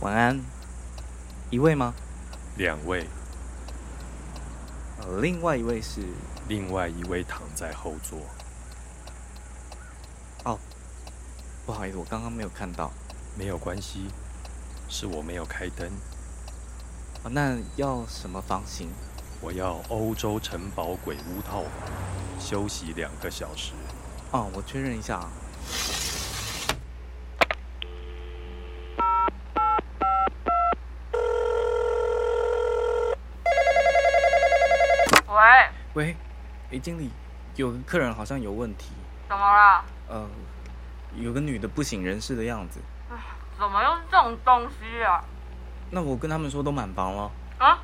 晚安，一位吗？两位，呃，另外一位是另外一位躺在后座。不好意思，我刚刚没有看到。没有关系，是我没有开灯。哦，那要什么房型？我要欧洲城堡鬼屋套房，休息两个小时。哦，我确认一下啊。喂，喂，诶，经理，有个客人好像有问题，怎么了？呃，有个女的不省人事的样子。怎么又是这种东西啊？那我跟他们说都满房了，啊，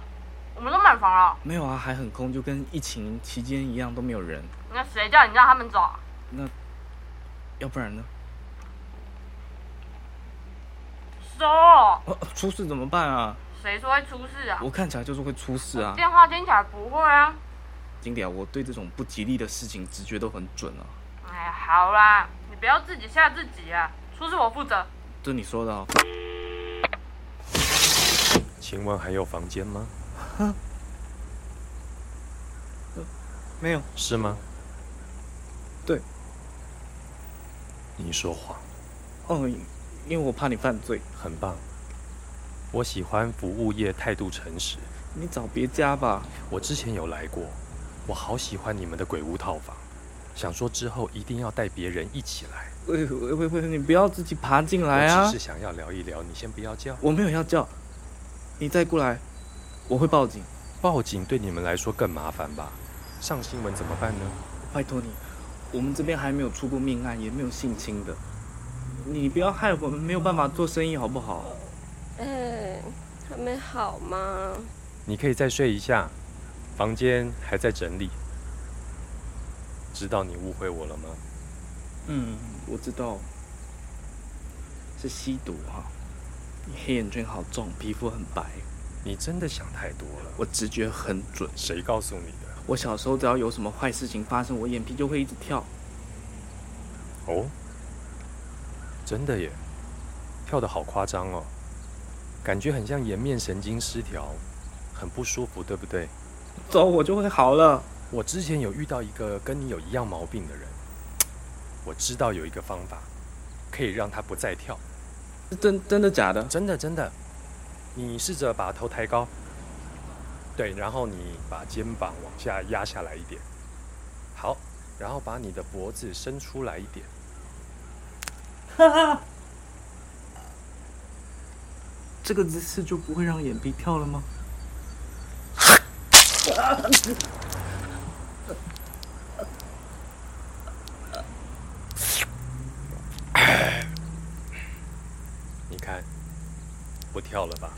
我们都满房了，没有啊，还很空，就跟疫情期间一样都没有人。那谁叫你让他们走啊？那要不然呢？收哦！哦，出事怎么办啊？谁说会出事啊？我看起来就是会出事啊。电话听起来不会啊。经理啊，我对这种不吉利的事情直觉都很准啊。哎呀，好啦，你不要自己吓自己啊，出事我负责。这你说的哦。请问还有房间吗？没有，是吗？对。你说谎，哦，因为我怕你犯罪，很棒。我喜欢服务业态度诚实。你找别家吧。我之前有来过，我好喜欢你们的鬼屋套房，想说之后一定要带别人一起来。喂喂喂喂，你不要自己爬进来我啊只！是想要聊一聊，你先不要叫。我没有要叫，你再过来，我会报警。报警对你们来说更麻烦吧？上新闻怎么办呢？拜托你，我们这边还没有出过命案，也没有性侵的，你不要害我们没有办法做生意好不好？哎，还没好吗？你可以再睡一下，房间还在整理。知道你误会我了吗？嗯，我知道，是吸毒哈、你黑眼圈好重，皮肤很白，你真的想太多了。我直觉很准。谁告诉你的？我小时候只要有什么坏事情发生，我眼皮就会一直跳。哦，真的耶，跳得好夸张哦，感觉很像颜面神经失调，很不舒服，对不对？走，我就会好了。我之前有遇到一个跟你有一样毛病的人，我知道有一个方法，可以让他不再跳。是真真的 假的？真的真的，你试着把头抬高，对，然后你把肩膀往下压下来一点，好，然后把你的脖子伸出来一点，这个姿势就不会让眼皮跳了吗？你看，不跳了吧？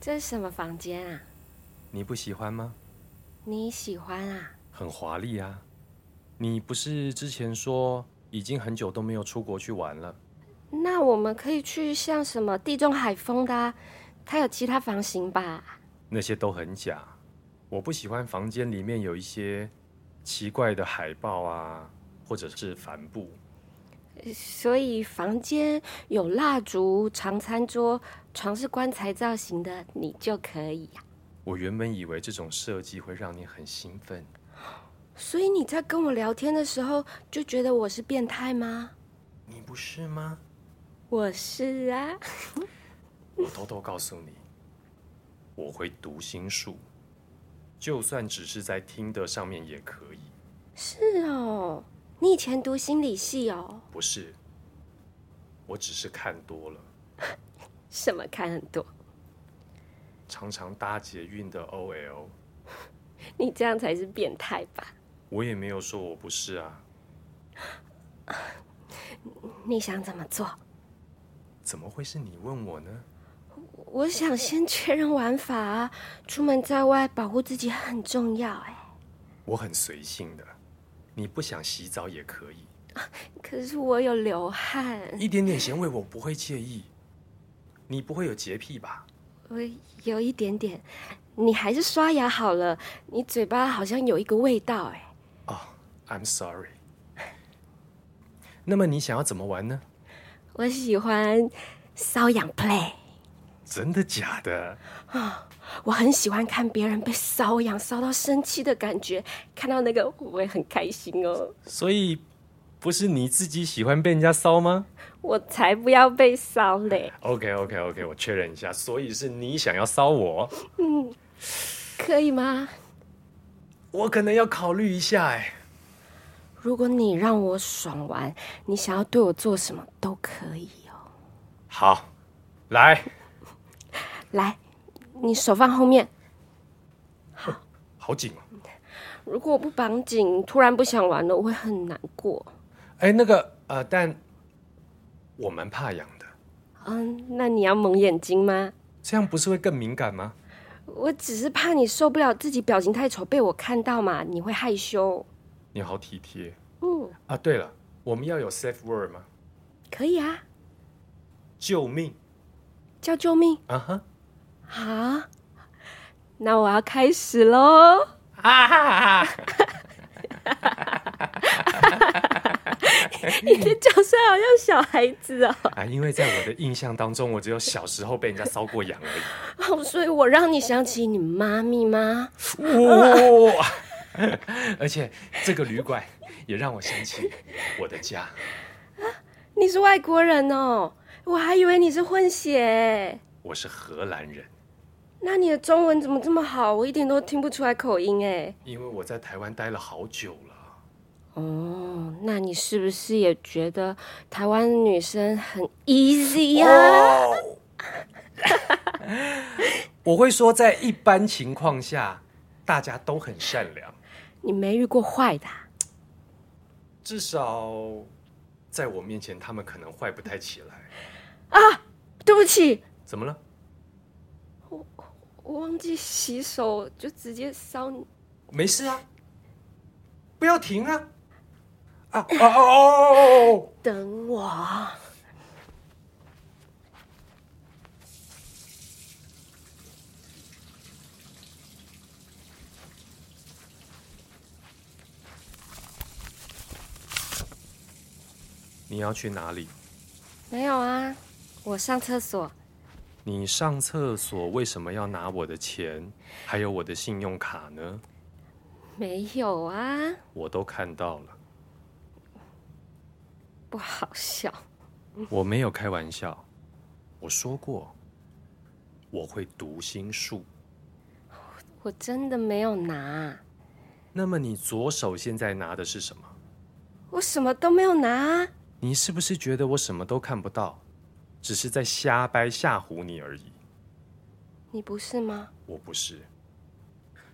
这是什么房间啊？你不喜欢吗？你喜欢啊？很华丽啊！你不是之前说已经很久都没有出国去玩了？那我们可以去像什么地中海风的、啊，它有其他房型吧？那些都很假。我不喜欢房间里面有一些奇怪的海报啊，或者是帆布。所以房间有蜡烛、长餐桌、床是棺材造型的，你就可以啊、我原本以为这种设计会让你很兴奋，所以你在跟我聊天的时候就觉得我是变态吗？你不是吗？我是啊。我偷偷告诉你，我会读心术，就算只是在听的上面也可以。是哦，你以前读心理系哦？不是，我只是看多了。什么看很多？常常搭捷运的 OL，你这样才是变态吧？我也没有说我不是啊，你想怎么做？怎么会是你问我呢？我想先确认玩法啊，出门在外保护自己很重要哎。我很随性的，你不想洗澡也可以，可是我有流汗，一点点咸味我不会介意，你不会有洁癖吧？我有一点点。你还是刷牙好了，你嘴巴好像有一个味道哎、哦、i m sorry。那么你想要怎么玩呢？我喜欢瘙痒 play，真的假的？我很喜欢看别人被瘙痒瘙到生气的感觉，看到那个我也很开心哦。所以不是你自己喜欢被人家骚吗我才不要被骚嘞！ ？OK OK OK，我确认一下，所以是你想要骚我，可以吗？我可能要考虑一下哎。如果你让我爽完，你想要对我做什么都可以哦。好，来，来，你手放后面。好紧哦。如果我不绑紧，突然不想玩了，我会很难过。哎，那个呃，但我蛮怕痒的，嗯，那你要蒙眼睛吗？这样不是会更敏感吗？我只是怕你受不了自己表情太丑被我看到嘛，你会害羞。你好体贴嗯，啊。对了，我们要有 safe word 吗？可以啊，救命叫救命啊哈！啊！那我要开始喽。 啊哈哈！你的角色好像小孩子哦，啊，因为在我的印象当中，我只有小时候被人家搔过痒而已。哦所以我让你想起你妈咪吗？哇！ 而且这个旅馆也让我想起我的家。你是外国人哦，我还以为你是混血。欸我是荷兰人，那你的中文怎么这么好？我一点都听不出来口音哎。因为我在台湾待了好久了。哦，那你是不是也觉得台湾女生很 easy 啊呀、哦， 我会说，在一般情况下，大家都很善良，你没遇过坏的啊、至少在我面前，他们可能坏不太起来。对不起，怎么了？我忘记洗手，就直接烧你。没事啊，不要停啊！啊哦哦哦哦哦！等我，你要去哪里？没有啊，我上厕所。你上厕所为什么要拿我的钱，还有我的信用卡呢？没有啊，我都看到了，不好笑。我没有开玩笑，我说过我会读心术。我真的没有拿，那么你左手现在拿的是什么？我什么都没有拿。啊你是不是觉得我什么都看不到，只是在瞎掰吓唬你而已？你不是吗？我不是。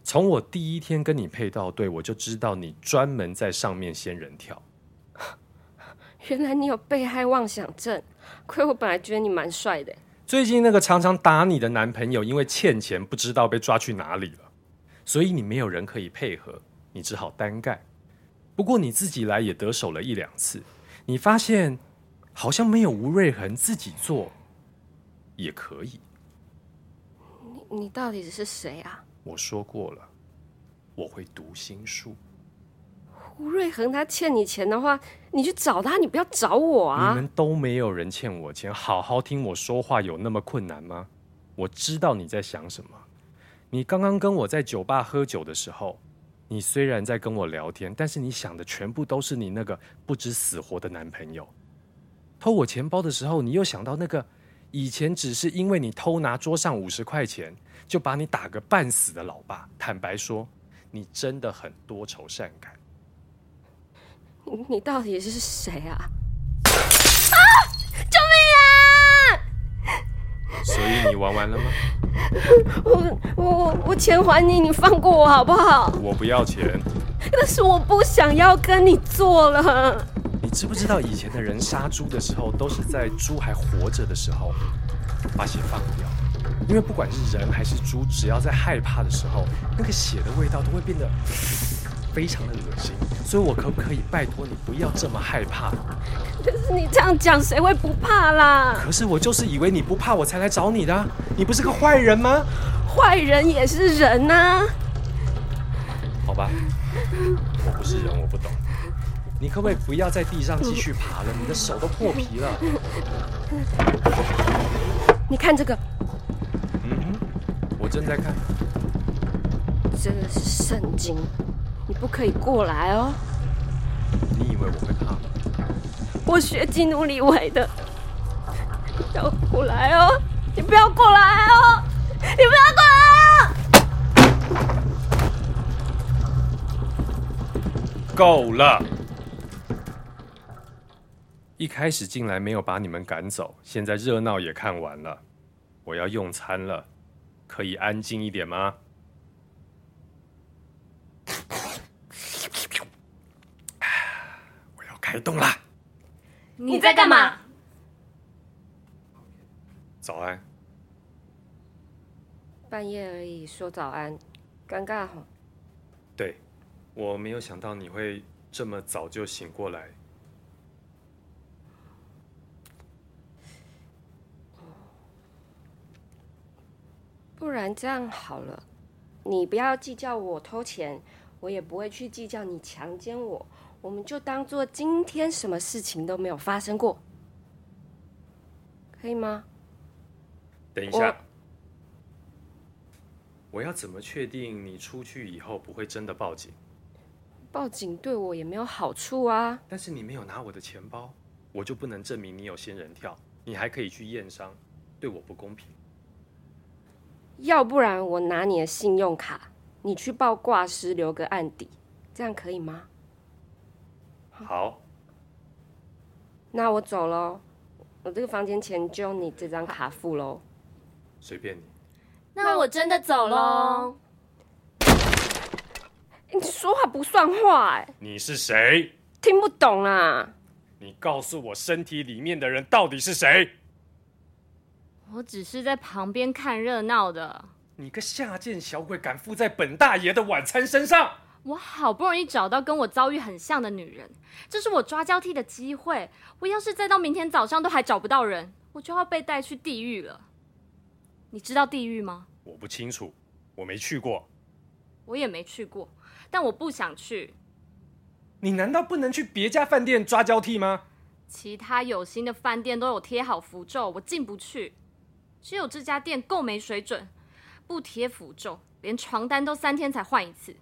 从我第一天跟你配到队，我就知道你专门在上面仙人跳。原来你有被害妄想症，亏我本来觉得你蛮帅的。最近那个常常打你的男朋友，因为欠钱不知道被抓去哪里了，所以你没有人可以配合，你只好单干。不过你自己来也得手了一两次，你发现好像没有吴瑞恒自己做也可以。你你到底是谁啊？我说过了，我会读心术，吴瑞恒他欠你钱的话，你去找他，你不要找我你啊！们都没有人欠我钱，好好听我说话有那么困难吗？我知道你在想什么。你刚刚跟我在酒吧喝酒的时候，你虽然在跟我聊天，但是你想的全部都是你那个不知死活的男朋友。偷我钱包的时候，你又想到那个以前只是因为你偷拿桌上五十块钱就把你打个半死的老爸。坦白说，你真的很多愁善感。你你到底是谁啊？所以你玩完了吗？我啊我我我钱还你，你放过我好不好？我不要钱。但是我不想要跟你做了。你知不知道以前的人杀猪的时候，都是在猪还活着的时候把血放掉？因为不管是人还是猪，只要在害怕的时候，那个血的味道都会变得非常的恶心，所以我可不可以拜托你不要这么害怕？可是你这样讲，谁会不怕啦？可是我就是以为你不怕，我才来找你的啊、你不是个坏人吗？坏人也是人啊呐、好吧，我不是人，我不懂。你可不可以不要在地上继续爬了？你的手都破皮了。你看这个，嗯哼，我正在看。这个是圣经，你不可以过来哦。你以为我会怕吗？我学基努里维的，你不要过来哦！你不要过来哦！你不要过来哦！够了！一开始进来没有把你们赶走，现在热闹也看完了，我要用餐了，可以安静一点吗？ 我要开动啦！你在干嘛？早安，半夜而已，说早安，尴尬吼。对我没有想到你会这么早就醒过来，不然这样好了，你不要计较我偷钱，我也不会去计较你强奸我，我们就当做今天什么事情都没有发生过，可以吗？等一下，我要怎么确定你出去以后不会真的报警？报警对我也没有好处啊。但是你没有拿我的钱包，我就不能证明你有仙人跳，你还可以去验伤，对我不公平。要不然我拿你的信用卡，你去报挂失，留个案底，这样可以吗？好，那我走喽，我这个房间钱就用你这张卡付喽。随便你。那我真的走喽。诶欸你说话不算话、哎，你是谁？听不懂啊啦。你告诉我身体里面的人到底是谁？我只是在旁边看热闹的。你个下贱小鬼，敢附在本大爷的晚餐身上？我好不容易找到跟我遭遇很像的女人，这是我抓交替的机会。我要是再到明天早上都还找不到人，我就要被带去地狱了。你知道地狱吗？我不清楚，我没去过。我也没去过，但我不想去。你难道不能去别家饭店抓交替吗？其他有心的饭店都有贴好符咒，我进不去。只有这家店够没水准，不贴符咒，连床单都三天才换一次。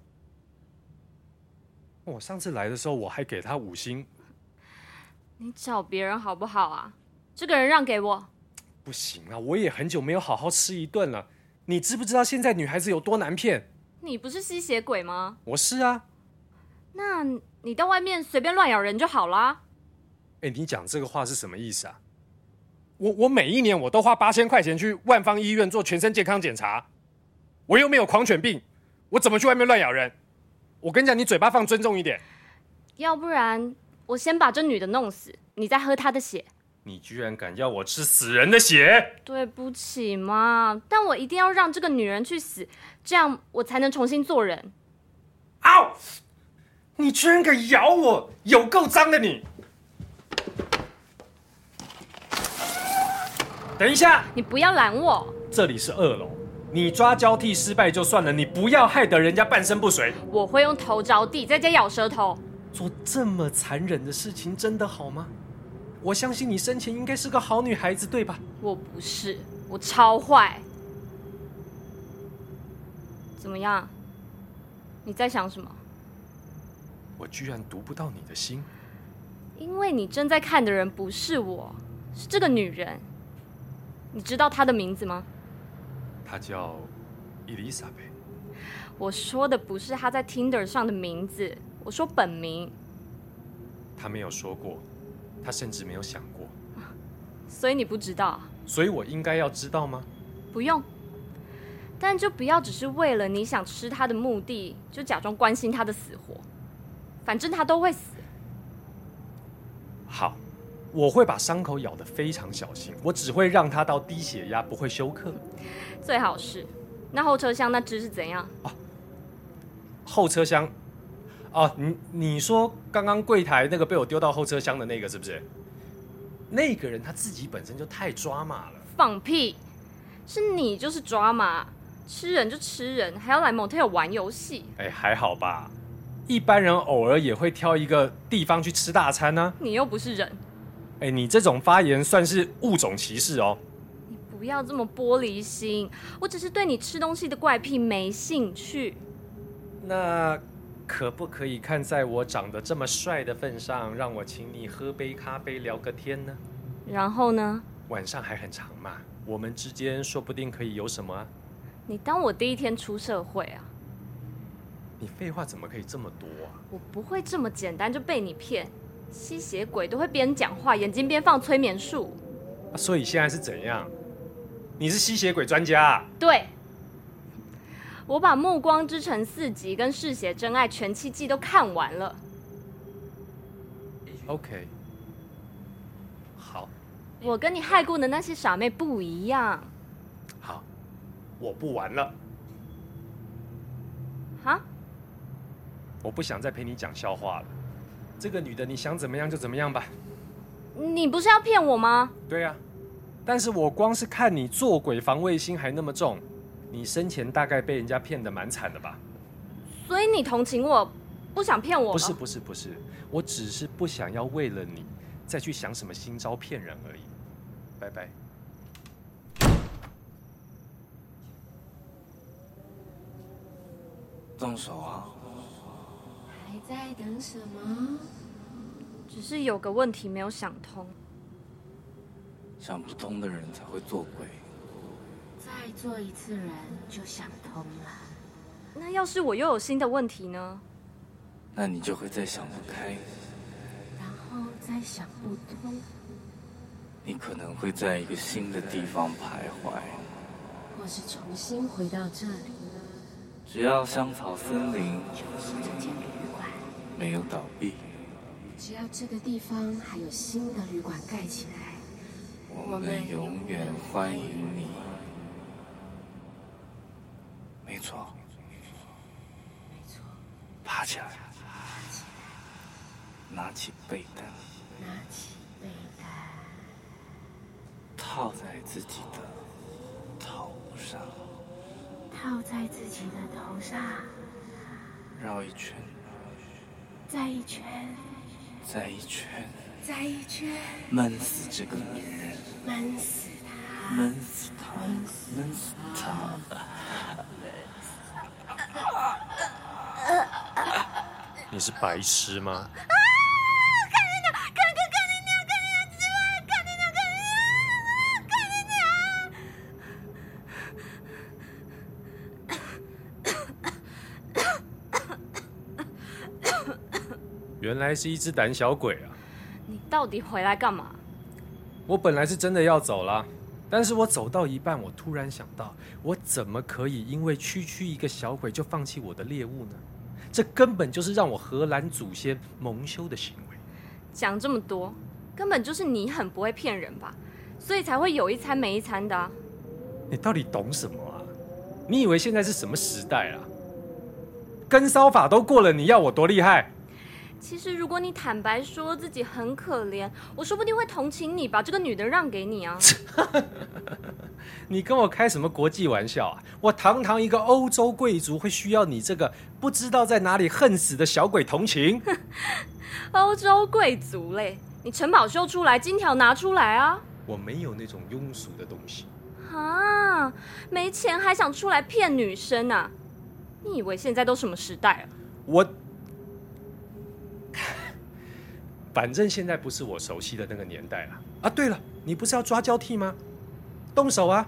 我上次来的时候我还给他五星，你找别人好不好啊？这个人让给我，不行啊，我也很久没有好好吃一顿了。你知不知道现在女孩子有多难骗？你不是吸血鬼吗？我是啊，那你到外面随便乱咬人就好啦。哎，你讲这个话是什么意思啊？我我每一年我都花八千块钱去万方医院做全身健康检查，我又没有狂犬病，我怎么去外面乱咬人？我跟你讲，你嘴巴放尊重一点。要不然我先把这女的弄死，你再喝她的血。你居然敢要我吃死人的血？对不起嘛，但我一定要让这个女人去死，这样我才能重新做人。嗷！你居然敢咬我，有够脏的你！等一下，你不要拦我，这里是二楼，你抓交替失败就算了，你不要害得人家半身不遂。我会用头着地，再加咬舌头。做这么残忍的事情真的好吗？我相信你生前应该是个好女孩子，对吧？我不是，我超坏。怎么样？你在想什么？我居然读不到你的心，因为你正在看的人不是我，是这个女人。你知道她的名字吗？她叫伊丽莎白。我说的不是她在 Tinder 上的名字，我说本名。她没有说过，她甚至没有想过，所以你不知道，所以我应该要知道吗？不用。但就不要只是为了你想吃她的目的，就假装关心她的死活。反正她都会死。好，我会把伤口咬得非常小心，我只会让它到低血压，不会休克。最好是。那后车厢那只是怎样？后车厢，哦，你你说刚刚柜台那个被我丢到后车厢的那个是不是？那个人他自己本身就太抓马了。放屁！是你就是抓马，吃人就吃人，还要来 motel 玩游戏，哎，还好吧，一般人偶尔也会挑一个地方去吃大餐呢、你又不是人，哎，你这种发言算是物种歧视哦。你不要这么玻璃心。我只是对你吃东西的怪癖没兴趣。那可不可以看在我长得这么帅的份上，让我请你喝杯咖啡聊个天呢？然后呢？晚上还很长嘛，我们之间说不定可以有什么、啊。你当我第一天出社会啊？你废话怎么可以这么多啊？我不会这么简单就被你骗。吸血鬼都会边讲话眼睛边放催眠术。啊所以现在是怎样？你是吸血鬼专家、啊？对，我把《暮光之城》四集跟《嗜血真爱》全七季都看完了。 OK，好，我跟你害过的那些傻妹不一样好，我不玩了，哈，我不想再陪你讲笑话了。这个女的，你想怎么样就怎么样吧。你不是要骗我吗？对呀、但是我光是看你做鬼防卫心还那么重，你生前大概被人家骗的蛮惨的吧？所以你同情我，不想骗我吗？不是，不是不是，我只是不想要为了你再去想什么新招骗人而已。拜拜。动手啊！还在等什么？只是有个问题没有想通，想不通的人才会做鬼。再做一次人就想通了。那要是我又有新的问题呢？那你就会再想不开，然后再想不通，你可能会在一个新的地方徘徊。或是重新回到这里，只要香草森林就是这间旅馆。没有倒闭，只要这个地方还有新的旅馆盖起来，我们永远欢迎你。没错，爬起来，拿起被单，拿起被单，套在自己的头上，套在自己的头上，绕一圈，再一圈，再一圈，再一圈，闷死这个女人，闷死它。闷死她，闷死她。你是白痴吗？原来是一只胆小鬼啊！你到底回来干嘛？我本来是真的要走了，但是我走到一半，我突然想到，我怎么可以因为区区一个小鬼就放弃我的猎物呢？这根本就是让我荷兰祖先蒙羞的行为。讲这么多，根本就是你很不会骗人吧？所以才会有一餐没一餐的啊、你到底懂什么啊？你以为现在是什么时代啊？跟骚法都过了，你要我多厉害？其实如果你坦白说自己很可怜，我说不定会同情你，把这个女的让给你啊。你跟我开什么国际玩笑啊？我堂堂一个欧洲贵族，会需要你这个不知道在哪里恨死的小鬼同情？欧洲贵族嘞，你城堡秀出来，金条拿出来啊！我没有那种庸俗的东西。啊，没钱还想出来骗女生啊？你以为现在都什么时代了？我， 反正现在不是我熟悉的那个年代了。啊，对了，你不是要抓交替吗？动手啊！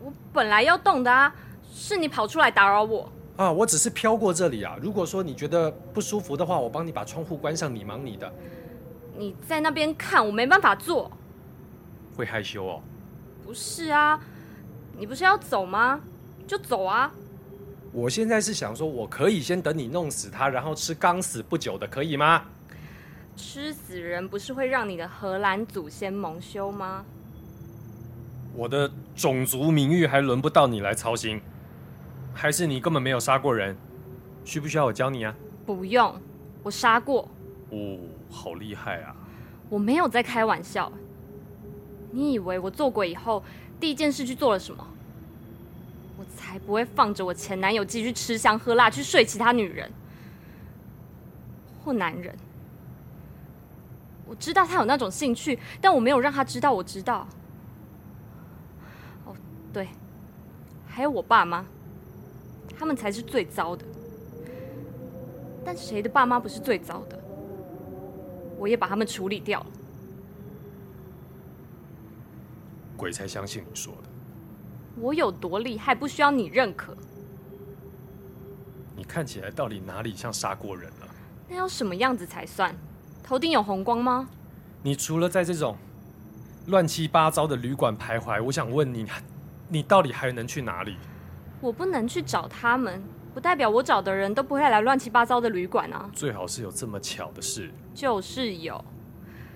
我本来要动的啊，是你跑出来打扰我。啊，我只是飘过这里啊。如果说你觉得不舒服的话，我帮你把窗户关上，你忙你的。你在那边看，我没办法做。会害羞哦。不是啊，你不是要走吗？就走啊！我现在是想说，我可以先等你弄死他，然后吃刚死不久的，可以吗？吃死人不是会让你的荷兰祖先蒙羞吗？我的种族名誉还轮不到你来操心，还是你根本没有杀过人？需不需要我教你啊？不用，我杀过，哦，好厉害啊！我没有在开玩笑。你以为我做鬼以后第一件事去做了什么？我才不会放着我前男友继续吃香喝辣去睡其他女人或男人。我知道他有那种兴趣，但我没有让他知道我知道。哦，对，还有我爸妈，他们才是最糟的。但谁的爸妈不是最糟的？我也把他们处理掉了。鬼才相信你说的。我有多厉害，不需要你认可。你看起来到底哪里像杀过人了？那要什么样子才算？头顶有红光吗？你除了在这种乱七八糟的旅馆徘徊，我想问你，你到底还能去哪里？我不能去找他们，不代表我找的人都不会来乱七八糟的旅馆啊。最好是有这么巧的事。就是有，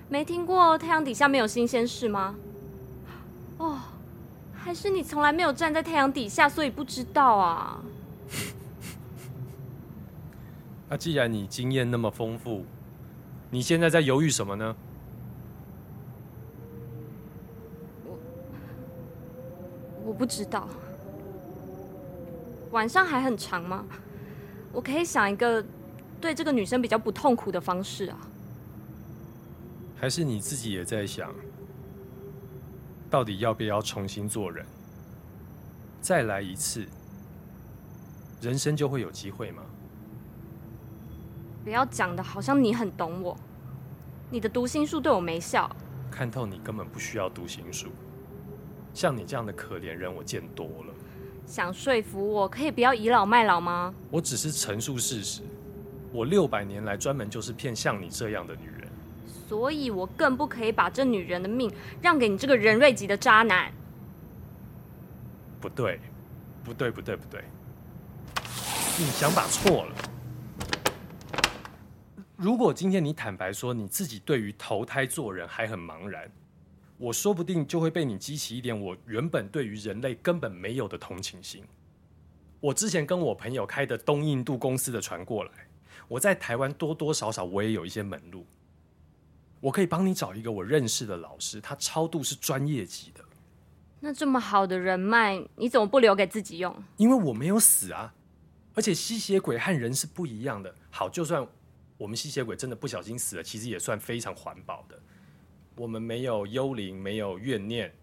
没听过太阳底下没有新鲜事吗？哦，还是你从来没有站在太阳底下，所以不知道啊？那既然你经验那么丰富，你现在在犹豫什么呢？我不知道。晚上还很长吗？我可以想一个对这个女生比较不痛苦的方式啊。还是你自己也在想，到底要不要重新做人？再来一次，人生就会有机会吗？不要讲的好像你很懂我，你的读心术对我没效。看透你根本不需要读心术，像你这样的可怜人我见多了。想说服我，可以不要倚老卖老吗？我只是陈述事实，我六百年来专门就是骗像你这样的女人。所以我更不可以把这女人的命让给你这个人瑞级的渣男。不对，不对，不对，不对，你想法错了。如果今天你坦白说你自己对于投胎做人还很茫然，我说不定就会被你激起一点我原本对于人类根本没有的同情心。我之前跟我朋友开的东印度公司的船过来，我在台湾多多少少我也有一些门路，我可以帮你找一个我认识的老师，他超度是专业级的，那这么好的人脉，你怎么不留给自己用？因为我没有死啊。而且吸血鬼和人是不一样的。好，就算我们吸血鬼真的不小心死了，其实也算非常环保的。我们没有幽灵，没有怨念，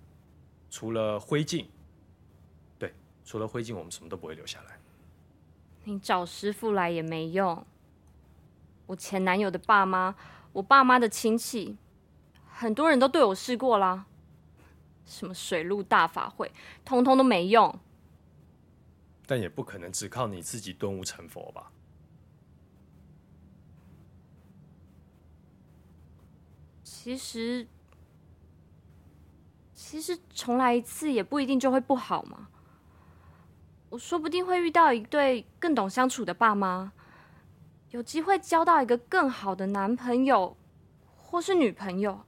除了灰烬。对，除了灰烬，我们什么都不会留下来。你找师傅来也没用。我前男友的爸妈，我爸妈的亲戚，很多人都对我试过啦，什么水陆大法会，通通都没用。但也不可能只靠你自己顿悟成佛吧？其实，其实重来一次也不一定就会不好嘛。我说不定会遇到一对更懂相处的爸妈，有机会交到一个更好的男朋友或是女朋友。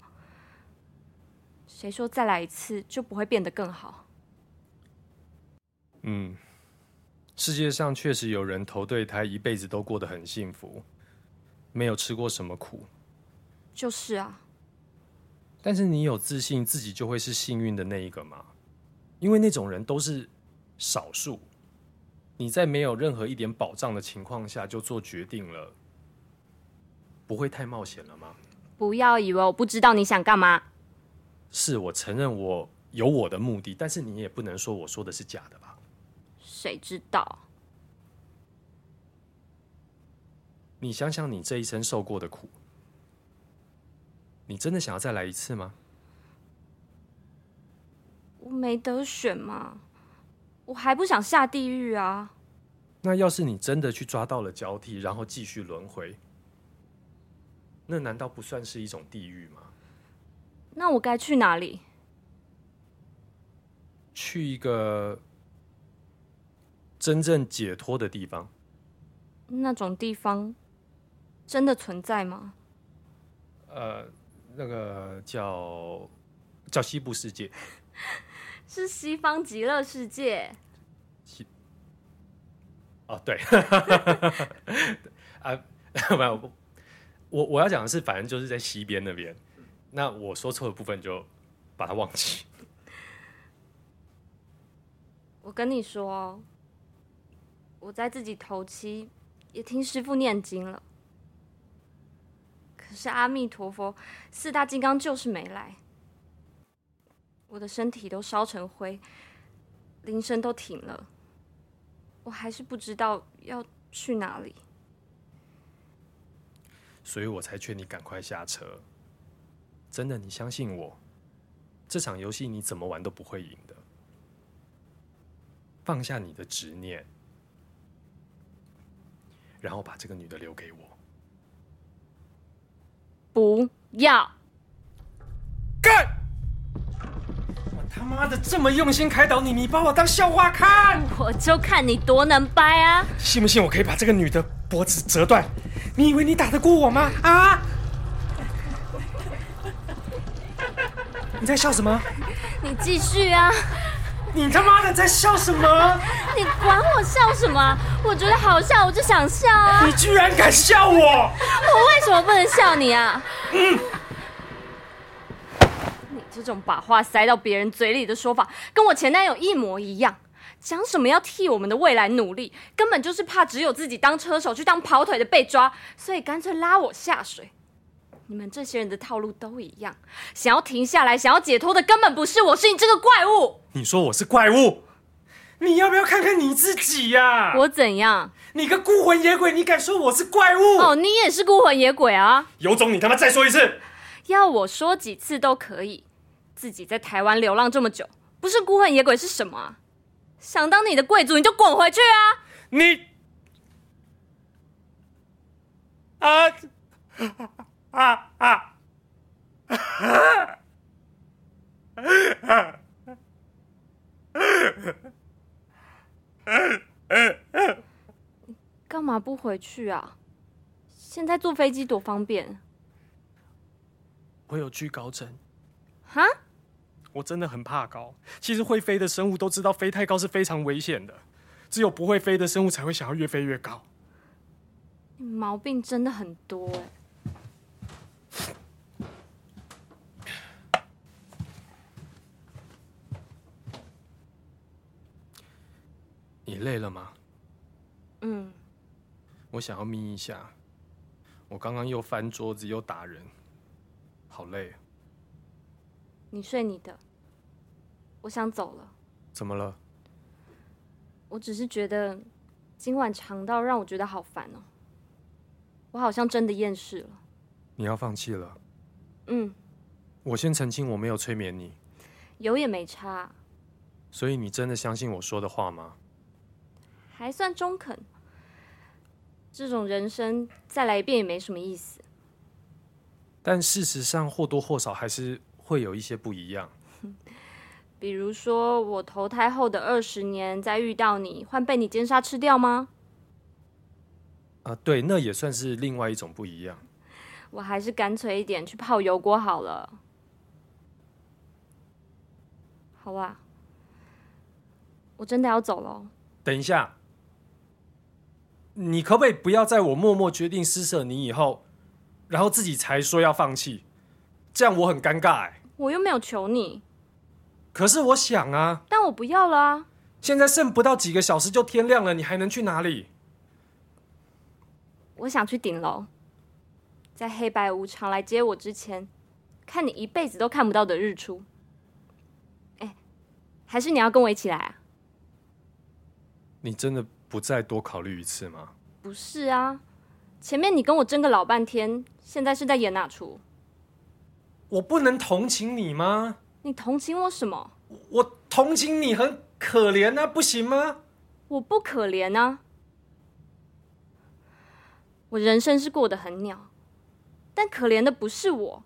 谁说再来一次就不会变得更好？嗯，世界上确实有人投对胎，一辈子都过得很幸福，没有吃过什么苦。就是啊，但是你有自信，自己就会是幸运的那一个吗？因为那种人都是少数。你在没有任何一点保障的情况下就做决定了，不会太冒险了吗？不要以为我不知道你想干嘛。是我承认我有我的目的，但是你也不能说我说的是假的吧？谁知道？你想想你这一生受过的苦，你真的想要再来一次吗？我没得选嘛，我还不想下地狱啊！那要是你真的去抓到了交替，然后继续轮回，那难道不算是一种地狱吗？那我该去哪里？去一个真正解脱的地方，那种地方真的存在吗？呃，那个叫叫西部世界，是西方极乐世界。哦，对， 啊， 没有，我我要讲的是，反正就是在西边那边。那我说错的部分就把它忘记。我跟你说哦，我在自己头七也听师傅念经了，可是阿弥陀佛四大金刚就是没来，我的身体都烧成灰，铃声都停了，我还是不知道要去哪里。所以我才劝你赶快下车。真的，你相信我，这场游戏你怎么玩都不会赢的。放下你的执念，然后把这个女的留给我。不要，干！我他妈的这么用心开导你，你把我当笑话看？我就看你多能掰啊！信不信我可以把这个女的脖子折断？你以为你打得过我吗？啊！你在笑什么？你继续啊！你他妈的在笑什么？你管我笑什么啊？我觉得好笑，我就想笑啊！你居然敢笑我！嗯我为什么不能笑你啊？你这种把话塞到别人嘴里的说法，跟我前男友一模一样。讲什么要替我们的未来努力，根本就是怕只有自己当车手去当跑腿的被抓，所以干脆拉我下水。你们这些人的套路都一样，想要停下来，想要解脱的根本不是我，是你这个怪物。你说我是怪物？你要不要看看你自己呀、我怎样？你个孤魂野鬼，你敢说我是怪物？哦，你也是孤魂野鬼啊！有种你他妈再说一次！要我说几次都可以。自己在台湾流浪这么久，不是孤魂野鬼是什么啊？想当你的贵族，你就滚回去啊！你啊啊啊！干嘛不回去啊？现在坐飞机多方便我有惧高症，哈？我真的很怕高。其实会飞的生物都知道，飞太高是非常危险的，只有不会飞的生物才会想要越飞越高。你毛病真的很多哎、你累了吗？嗯，我想要眯一下。我刚刚又翻桌子又打人，好累。你睡你的，我想走了。怎么了？我只是觉得今晚长到让我觉得好烦哦，我好像真的厌世了。你要放弃了？嗯，我先澄清，我没有催眠你，有也没差，所以你真的相信我说的话吗？还算中肯。这种人生再来一遍也没什么意思。但事实上或多或少还是会有一些不一样。比如说，我投胎后的二十年再遇到你，换被你奸杀吃掉吗？啊、对，那也算是另外一种不一样。我还是干脆一点去泡油锅好了。好啦，我真的要走了哦。等一下，你可不可以不要在我默默决定施舍你以后，然后自己才说要放弃？这样我很尴尬哎、我又没有求你，可是我想啊，但我不要了啊。现在剩不到几个小时就天亮了，你还能去哪里？我想去顶楼，在黑白无常来接我之前，看你一辈子都看不到的日出。哎，还是你要跟我一起来啊？你真的不再多考虑一次吗？不是啊，前面你跟我争个老半天，现在是在演哪出？我不能同情你吗？你同情我什么？我同情你很可怜啊，不行吗？我不可怜啊！我人生是过得很鸟，但可怜的不是我，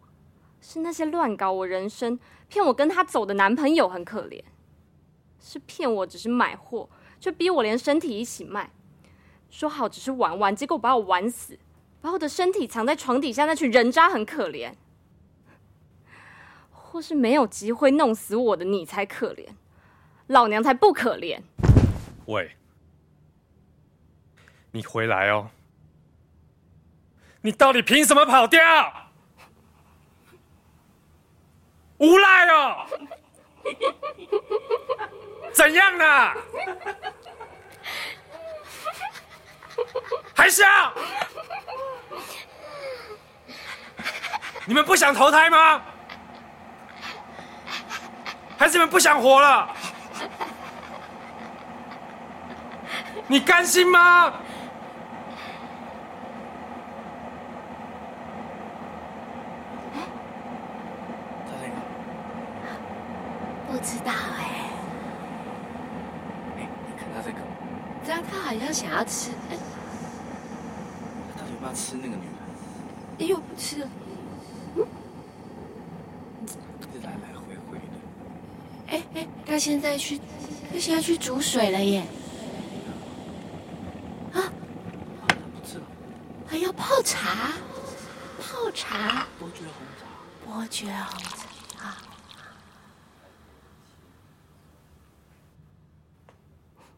是那些乱搞我人生、骗我跟他走的男朋友很可怜，是骗我只是买货，却逼我连身体一起卖，说好只是玩玩，结果把我玩死，把我的身体藏在床底下那群人渣很可怜，或是没有机会弄死我的你才可怜，老娘才不可怜。喂，你回来哦，你到底凭什么跑掉？无赖哦！怎样啊？还啊笑？你们不想投胎吗？还是你们不想活了？你甘心吗？他在哪？不知道哎、哎，你看他在干嘛？这样他好像想要吃，哎他到底要不要吃那个女人？哎又不吃了，一直来来回回的。哎哎，他现在去，他现在去煮水了耶，不吃了，啊还要泡茶，泡茶，伯爵红茶。伯爵啊红茶。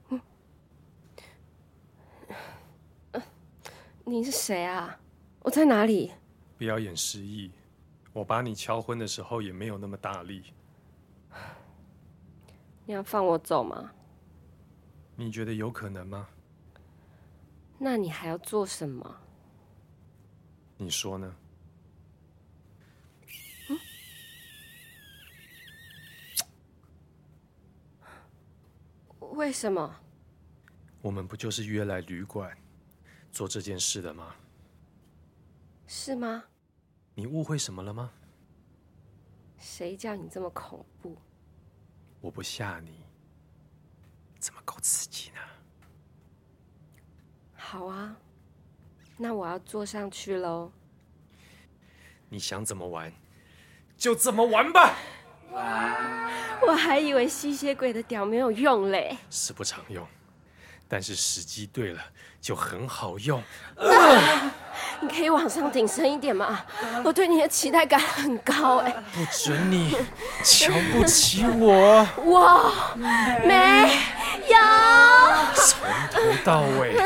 嗯呃你是谁啊？我在哪里？不要演失忆，我把你敲昏的时候也没有那么大力。你要放我走吗？你觉得有可能吗？那你还要做什么？你说呢？为什么？我们不就是约来旅馆做这件事的吗？是吗？你误会什么了吗？谁叫你这么恐怖？我不吓你，怎么够刺激呢？好啊，那我要坐上去喽。你想怎么玩，就怎么玩吧。我还以为吸血鬼的屌没有用嘞。是不常用，但是时机对了就很好用。你可以往上顶深一点吗？ 我对你的期待感很高 哎、不准你 瞧不起我，我没有，从头到尾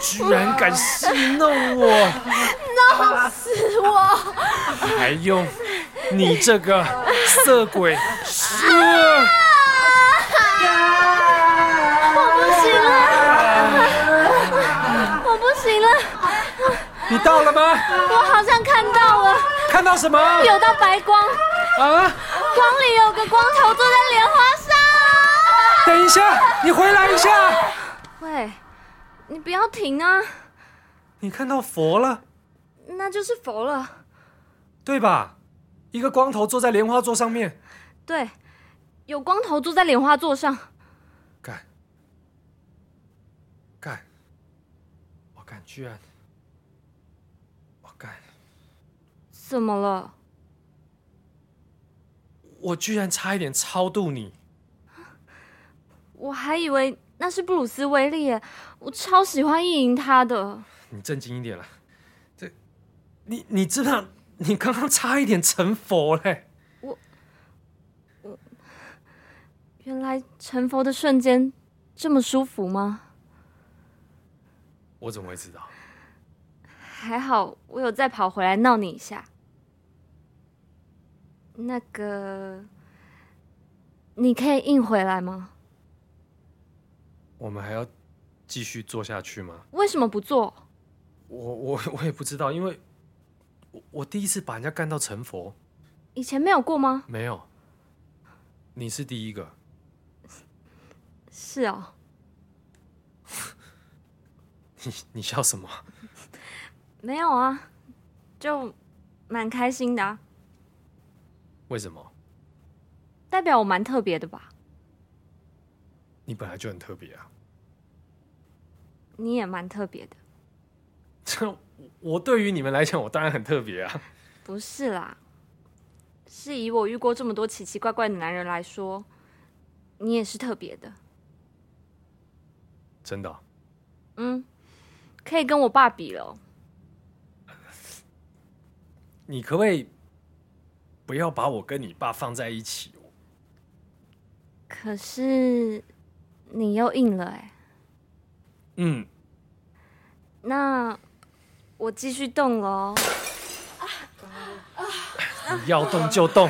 居然敢戏弄我，弄死我！还用你这个色鬼说？我不行了，你到了吗？我好像看到了，看到什么有到白光，啊？光里有个光头坐在莲花上。等一下，你回来一下。喂，你不要停啊，你看到佛了，那就是佛了。对吧？一个光头坐在莲花座上面，对，有光头坐在莲花座上，干，干，我干，居然，我干，怎么了？我居然差一点超度你，我还以为那是布鲁斯威利耶，我超喜欢意淫他的。你正经一点啦。这，你你知道，你刚刚差一点成佛嘞。原来成佛的瞬间这么舒服吗？我怎么会知道？还好我有再跑回来闹你一下。那个，你可以硬回来吗？我们还要继续做下去吗？为什么不做？我我我也不知道，因为我我第一次把人家干到成佛，以前没有过吗？没有，你是第一个。是哦，你你笑什么？没有啊，就蛮开心的、啊，为什么？代表我蛮特别的吧？你本来就很特别啊。你也蛮特别的， 这我对于你们来讲，我当然很特别啊。不是啦？是以我遇过这么多奇奇怪怪的男人来说，你也是特别的。真的哦、嗯，可以跟我爸比了哦。你可不可以不要把我跟你爸放在一起？可是欸你又硬了哎、嗯，那我继续动了哦。要动就动，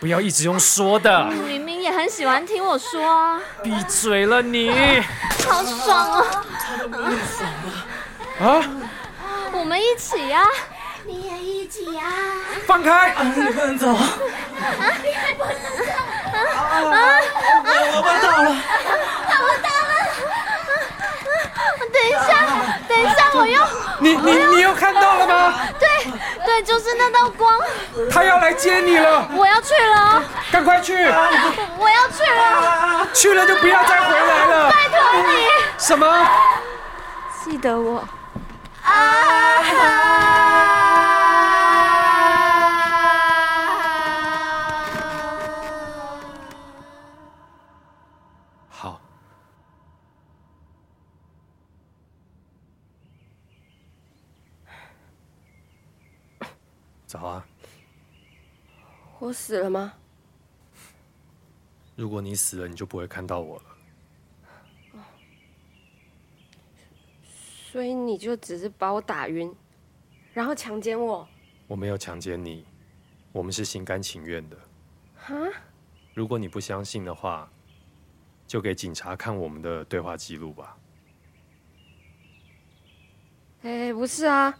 不要一直用说的。明明也很喜欢听我说啊，闭嘴了你！好爽哦！啊，我们一起呀、你也一起啊！放开！你不能走！啊！你不能走！啊！我我到了，等一下，等一下，我又你你你又看到了吗？对，就是那道光，他要来接你了，我要去了哦，赶快去！我要去了，去了就不要再回来了。拜托你！什么？记得我。好。早啊！我死了吗？如果你死了，你就不会看到我了。所以你就只是把我打晕，然后强奸我？我没有强奸你，我们是心甘情愿的。哈？如果你不相信的话，就给警察看我们的对话记录吧。哎，不是啊，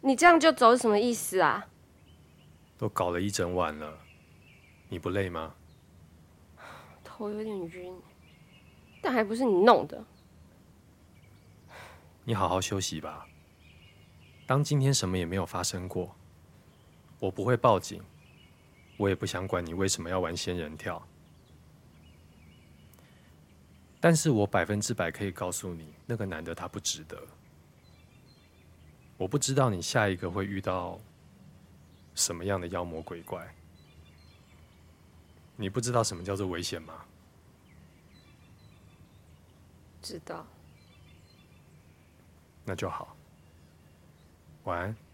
你这样就走是什么意思啊？都搞了一整晚了，你不累吗？头有点晕，但还不是你弄的。你好好休息吧。当今天什么也没有发生过，我不会报警，我也不想管你为什么要玩仙人跳。但是我百分之百可以告诉你，那个男的他不值得。我不知道你下一个会遇到什么样的妖魔鬼怪。你不知道什么叫做危险吗？知道。那就好。晚安。